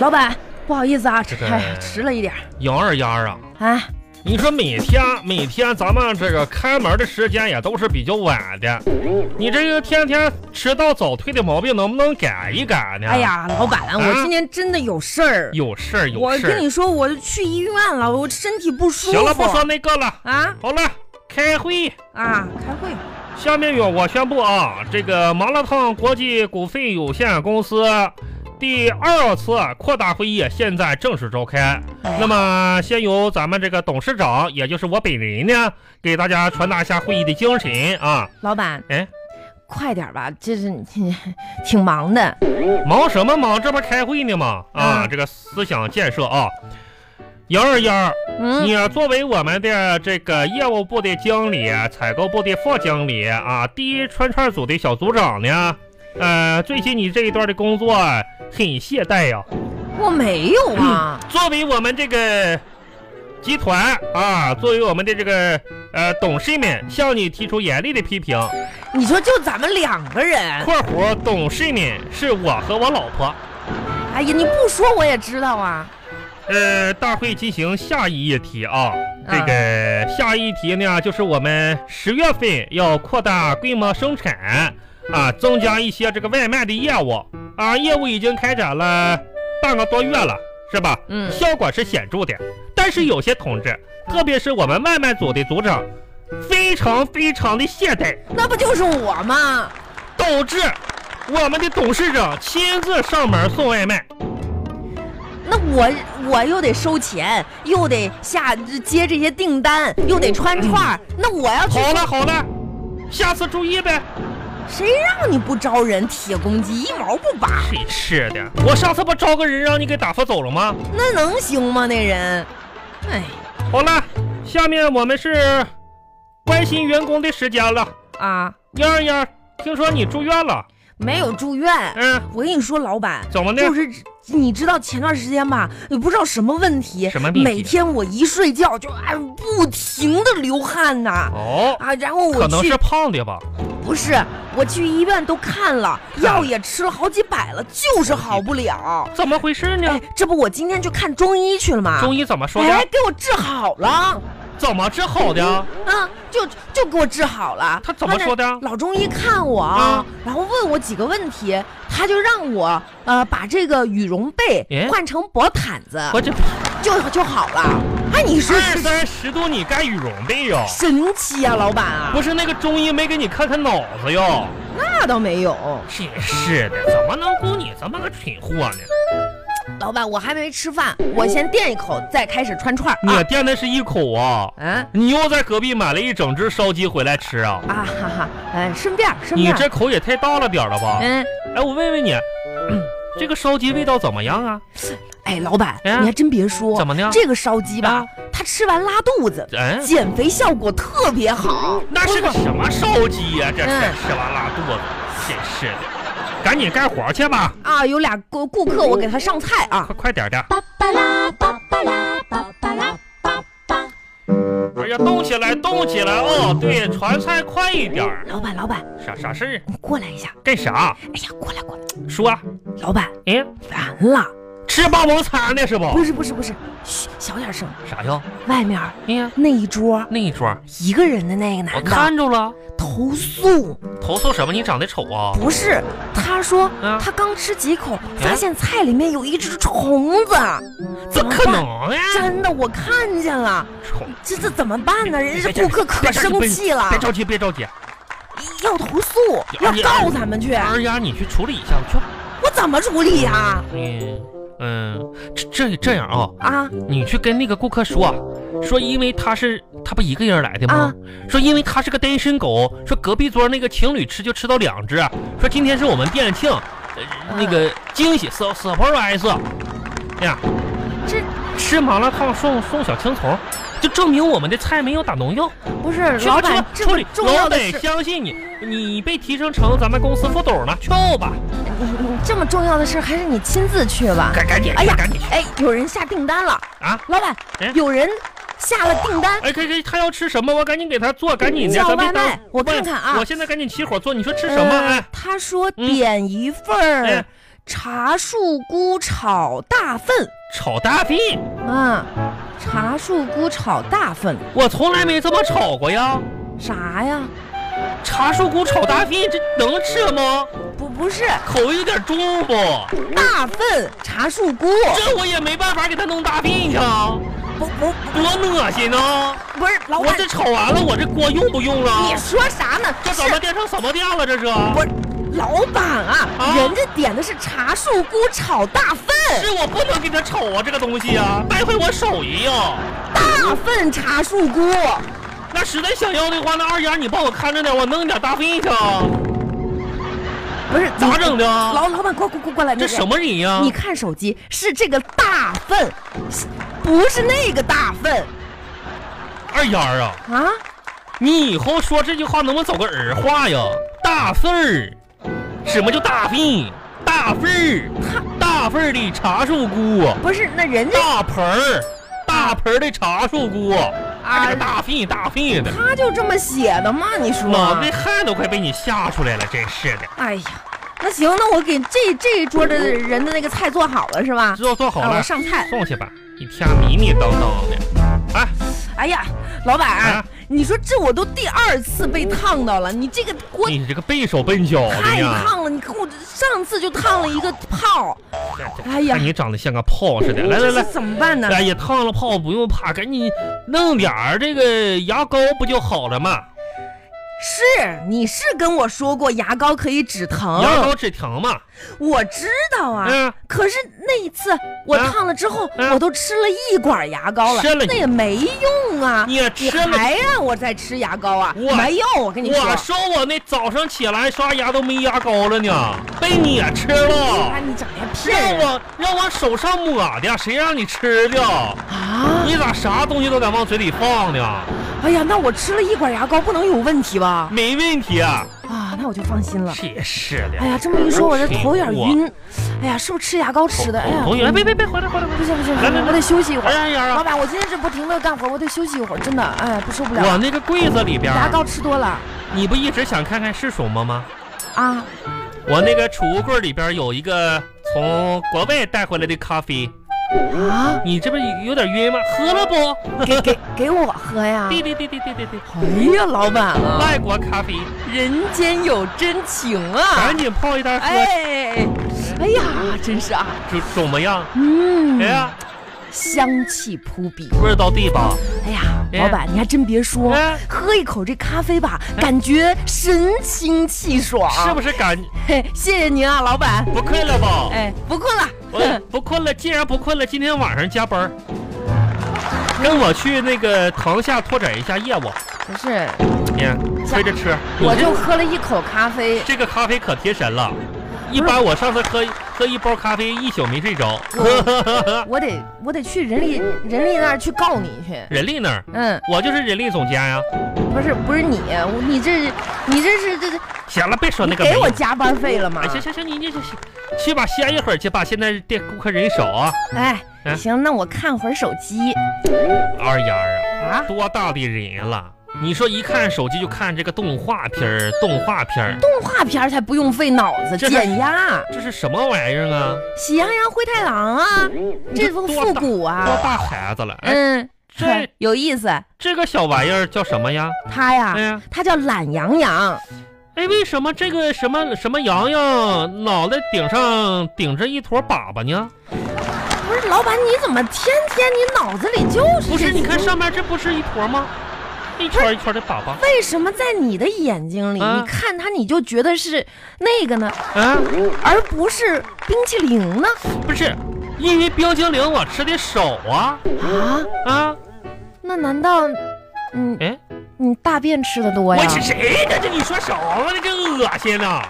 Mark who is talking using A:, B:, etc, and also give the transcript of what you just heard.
A: 老板，不好意思啊，
B: 这个
A: 哎，迟了一点儿。
B: 杨二丫啊，
A: 哎，
B: 你说每天每天咱们这个开门的时间也都是比较晚的，你这个天天迟到早退的毛病能不能改一改呢？
A: 哎，呀，老板，我今天真的有事儿。
B: 啊有事儿有
A: 我
B: 事儿
A: 跟。你说，我去医院了，我身体不舒服。
B: 行了，不说那个了。
A: 啊
B: 好了，开会。
A: 啊，开会。
B: 下面有我宣布啊，这个麻辣烫国际股份有限公司第二次扩大会议现在正式召开。
A: 哎
B: 那么，先由咱们这个董事长，也就是我本人呢，给大家传达一下会议的精神啊。
A: 老板，
B: 哎，
A: 快点吧，这是 挺忙的。
B: 忙什么忙？这不开会呢吗？啊，
A: 嗯
B: 这个思想建设啊。杨二丫，
A: 嗯，
B: 你作为我们的这个业务部的经理、采购部的副经理啊，第一串串组的小组长呢，呃，最近你这一段的工作啊很懈怠呀、
A: 我没有 啊。
B: 作为我们这个集团啊，作为我们的这个呃董事们，向你提出严厉的批评。
A: 你说就咱们两个人，
B: 括弧董事们是我和我老婆。
A: 哎呀，你不说我也知道啊。
B: 呃，大会进行下一议题啊，这
A: 啊
B: 个下一议题呢，就是我们十月份要扩大规模生产啊，增加一些这个外卖的业务啊，业务已经开展了半个多月了，是吧？
A: 嗯
B: 效果是显著的，但是有些同志，特别是我们外卖组的组长，非常非常的懈怠，
A: 那不就是我吗？
B: 导致我们的董事长亲自上门送外卖。
A: 那我我又得收钱，又得下接这些订单，又得穿串儿，那我要去
B: 好了好了，下次注意呗。
A: 谁让你不招人？铁公鸡一毛不拔，
B: 谁吃的？我上次不招个人让你给打发走了吗？
A: 那能行吗？那人，哎
B: 好了，下面我们是关心员工的时间了。
A: 啊，
B: 燕儿燕儿，听说你住院了？
A: 没有住院。
B: 嗯，
A: 我跟你说，老板，
B: 怎么的？
A: 就是你知道前段时间吧，也不知道什么问题，
B: 什么啊问题
A: 每天我一睡觉就哎不停的流汗呐、啊。
B: 哦，
A: 然后
B: 可
A: 我
B: 能
A: 去
B: 是胖的吧？
A: 不是，我去医院都看 了，
B: 看
A: 药
B: 了
A: 也吃了好几百了，就是好不 了。
B: 怎么回事呢
A: 哎？，这不我今天去看中医去了吗？
B: 中医怎么说的？
A: 哎，给我治好了。
B: 怎么治 好的？
A: 啊，就就给我治好了。
B: 他怎么
A: 那
B: 说的
A: 老中医看我，
B: 啊
A: 然后问我几个问题，他就让我呃把这个羽绒被
B: 哎
A: 换成薄毯子，
B: 我这
A: 就就好了。哎，你说
B: 二
A: 是
B: 三十度你盖羽绒被哟？
A: 神奇啊，老板啊，
B: 不是那个中医没给你看看脑子哟？
A: 那倒没有，
B: 真是的，怎么能雇你这么个蠢货呢？
A: 啊老板我还没吃饭，我先垫一口，再开始穿串儿
B: 你
A: 啊。
B: 垫的是一口啊？
A: 嗯
B: 你又在隔壁买了一整只烧鸡回来吃啊？
A: 啊哈哈，哎，顺便顺
B: 你
A: 便，
B: 这口也太大了点儿了吧？
A: 嗯，
B: 哎，我问问 你，这个烧鸡味道怎么样啊？
A: 哎，老板，
B: 哎
A: 你还真别说，
B: 怎么呢
A: 这个烧鸡吧
B: 啊，
A: 它吃完拉肚子，
B: 嗯，
A: 减肥效果特别好。
B: 那是个什么烧鸡呀、这
A: 嗯
B: 是吃完拉肚子，真是的，赶紧干活去吧，
A: 啊，有俩顾顾客，我给他上菜啊。
B: 快快点儿的。
C: 巴巴拉巴巴拉巴巴拉巴巴。
B: 哎呀，动起来，动起来哦！对，传菜快一点儿。
A: 老板，老板，
B: 啥啥事儿？啊
A: 你过来一下。
B: 干啥？
A: 哎呀，过来过来。
B: 说，
A: 老板，
B: 哎，
A: 烦了。
B: 吃霸王餐呢是不
A: 不？是不是不是，嘘，小点声。
B: 啥呀？
A: 外面
B: 哎呀，
A: 那一桌
B: 那一桌
A: 一个人的那个
B: 我
A: 男的
B: 看着了，
A: 投诉，
B: 投诉什么？你长得丑啊？
A: 不是，他说
B: 啊
A: 他刚吃几口，发现菜里面有一只虫子，
B: 怎
A: 怎
B: 么
A: 么
B: 可
A: 办？
B: 能呀？
A: 真的，我看见了，
B: 丑。
A: 这这怎么办呢？人家
B: 别着
A: 顾
B: 急
A: 客可
B: 别着急
A: 生气了
B: 别，着急，别着急，
A: 要投诉，要
B: 哎呀
A: 告他们去，
B: 二丫，你去处理一下，去。
A: 我怎么处理呀？
B: 你，嗯，这这这样啊，
A: 啊，
B: 你去跟那个顾客说，啊说因为他是他不一个人来的吗？
A: 啊
B: 说因为他是个单身狗，说隔壁桌那个情侣吃就吃到两只，啊说今天是我们店庆，呃那个惊喜 sur- surprise，哎呀，
A: 这
B: 吃麻辣烫送送小青虫，就证明我们的菜没有打农药。
A: 不是
B: 去吧
A: 老
B: 去
A: 板
B: 吧，
A: 这
B: 处
A: 么
B: 理，
A: 重
B: 老
A: 要的
B: 板
A: 事，
B: 相信你，你被提升成咱们公司副董了，去吧，
A: 你你这么重要的事儿还是你亲自去吧。
B: 赶赶紧，
A: 哎呀
B: 赶紧去
A: 哎，有人下订单了，
B: 啊！
A: 老板
B: 哎，
A: 有人下了订单，
B: 哎，可以可以，他要吃什么？我赶紧给他做，赶紧的，
A: 叫
B: 咱别
A: 嗯外
B: 耽
A: 卖
B: 误
A: 我看看啊嗯
B: 我现在赶紧起火做，你说吃什么？
A: 呃
B: 哎。
A: 他说
B: 嗯
A: 点一份
B: 哎
A: 儿茶树菇炒大粪
B: 炒大粪，
A: 啊，茶树菇炒大粪，
B: 我从来没这么炒过呀。
A: 啥呀？
B: 茶树菇炒大粪，这能吃吗？
A: 不不是
B: 口味有点重不？
A: 大粪茶树菇，
B: 这我也没办法给它弄大粪去啊，
A: 不不
B: 多恶心呢！
A: 不是老
B: 我
A: 板，
B: 这炒完了，我这锅用不用
A: 你
B: 了？
A: 说啥呢？
B: 这
A: 是
B: 怎么变成什么店了？这是？
A: 不是老板啊？
B: 啊
A: 人家点的是茶树菇炒大粪，
B: 是我不能给它炒啊，这个东西啊，败坏我手艺啊。
A: 大粪茶树菇，
B: 那实在想要的话，那二丫你帮我看着点，我弄点大粪去啊。
A: 不是
B: 咋整的啊
A: 老老板，过过过过来，那
B: 这
A: 个
B: 什么人呀、
A: 你看手机是这个大粪，是不是那个大粪
B: 二丫啊，
A: 啊？
B: 你以后说这句话能不能走个儿化呀？大份儿，什么叫大粪？大份儿，大份儿的茶树菇，啊
A: 不是，那人家
B: 大盆儿，大盆儿的茶树菇，啊，这个大粪大粪的，
A: 他就这么写的吗？你说？
B: 脑袋汗都快被你吓出来了，真是的。
A: 哎呀，那行，那我给这这一桌的人的那个菜做好了是吧？
B: 知道做好
A: 啊
B: 了
A: 我，上菜。
B: 送去吧。一天迷迷瞪瞪的，哎，
A: 哎呀，老板、
B: 啊
A: 你说这我都第二次被烫到了，你这个锅
B: 你这个背手笨脚的
A: 太
B: 呀！
A: 烫了，你看我这上次就烫了一个泡，哎呀
B: 看你长得像个炮似的。来来
A: 这
B: 来
A: 是，怎么办呢？
B: 哎呀，烫了泡不用怕，赶紧弄点儿这个牙膏不就好了吗？
A: 是，你是跟我说过牙膏可以止疼，
B: 牙膏止疼嘛。
A: 我知道哦啊。
B: 嗯，
A: 可是那一次我
B: 啊
A: 烫了之后，
B: 啊
A: 我都吃了一管牙膏了，
B: 吃了你
A: 那也没用啊！
B: 你也吃了。
A: 还让我再吃牙膏啊？
B: 我
A: 没用，我跟你说，
B: 我说我那早上起来刷牙都没牙膏了呢，被你吃
A: 啊，
B: 了。
A: 你整天
B: 让
A: 骗人
B: 我让我手上抹的，谁让你吃的？
A: 啊！
B: 你咋啥东西都敢往嘴里放呢？
A: 哎呀，那我吃了一管牙膏不能有问题吧？
B: 没问题啊。
A: 啊，那我就放心了。
B: 这是的。
A: 哎呀，这么一说，我这头有点晕。哎呀，是不是吃牙膏吃的？哎呀，
B: 同学，别别别，回来回来回
A: 不行不行，不
B: 来来
A: 行
B: 来
A: 我得休息一会
B: 来。哎
A: 儿。
B: 呀呀
A: 老
B: 呀！
A: 板，我今天是不停的干活，我得休息一会儿，真的，哎，不受不了。
B: 我那个柜子里边儿，
A: 牙膏吃多了
B: 你不一直想看看是什么吗？
A: 啊，
B: 我那个储物柜里边有一个从国外带回来的咖啡，
A: 啊，
B: 你这不有点晕吗？喝了不？
A: 给给给我喝呀！
B: 对对对对对对对，
A: 哎呀，老板啊，
B: 外国咖啡，
A: 人间有真情啊
B: 赶！紧泡一袋喝，
A: 哎，哎呀，真是啊，
B: 就怎么样？
A: 嗯
B: 哎，呀，
A: 香气扑鼻。
B: 味儿到地吧？
A: 哎呀，
B: 哎
A: 老板，你还真别说
B: 哎，
A: 喝一口这咖啡吧，感觉神清气爽。
B: 是不是感
A: 嘿，谢谢您啊，老板。
B: 不困了吧？
A: 哎，不困了。
B: 我不困了，既然不困了，今天晚上加班儿，跟我去那个堂下拓展一下业务。
A: 不是，
B: 你推着吃，
A: 我
B: 你这
A: 就喝了一口咖啡。
B: 这个咖啡可贴神了。一般我上次喝喝一包咖啡，一宿没睡着。
A: 我得，我得去人力人力那儿去告你去。
B: 人力那儿，
A: 嗯，
B: 我就是人力总监呀。
A: 不是，不是你，我你这是，你这是这这，
B: 行了，别说
A: 你
B: 那个
A: 给
B: 没
A: 我
B: 用
A: 加班费了吗
B: 哎，？行行行，你你去去吧，歇一会儿去吧。现在店顾客人少啊。
A: 哎，
B: 嗯
A: 行，那我看会儿手机
B: 二丫啊，
A: 啊。
B: 多大的人了？你说一看手机就看这个动画片儿，动画片儿，
A: 动画片儿才不用费脑子，
B: 这是
A: 减压，
B: 这是什么玩意儿啊？
A: 喜羊羊、灰太狼啊， 这不复古
B: 嗯多
A: 啊，
B: 大孩子了？哎，
A: 嗯，
B: 这
A: 有意思。
B: 这个小玩意儿叫什么呀？
A: 他呀，
B: 哎呀，
A: 他叫懒羊羊，
B: 哎，为什么这个什么什么洋洋脑袋顶上顶着一坨粑粑呢？
A: 不是老板，你怎么天天你脑子里就是
B: 不是，
A: 这
B: 你看
A: 些
B: 上面这不是一坨吗？一圈一圈的粑粑。
A: 为什么在你的眼睛里，
B: 啊
A: 你看它你就觉得是那个呢，
B: 啊，
A: 而不是冰淇淋呢？
B: 不是，因为冰激凌我吃的少啊
A: 啊，
B: 啊！
A: 那难道，嗯，
B: 哎，
A: 你大便吃的多
B: 我
A: 呀？
B: 是谁的？这你说什么呢？这恶心呐！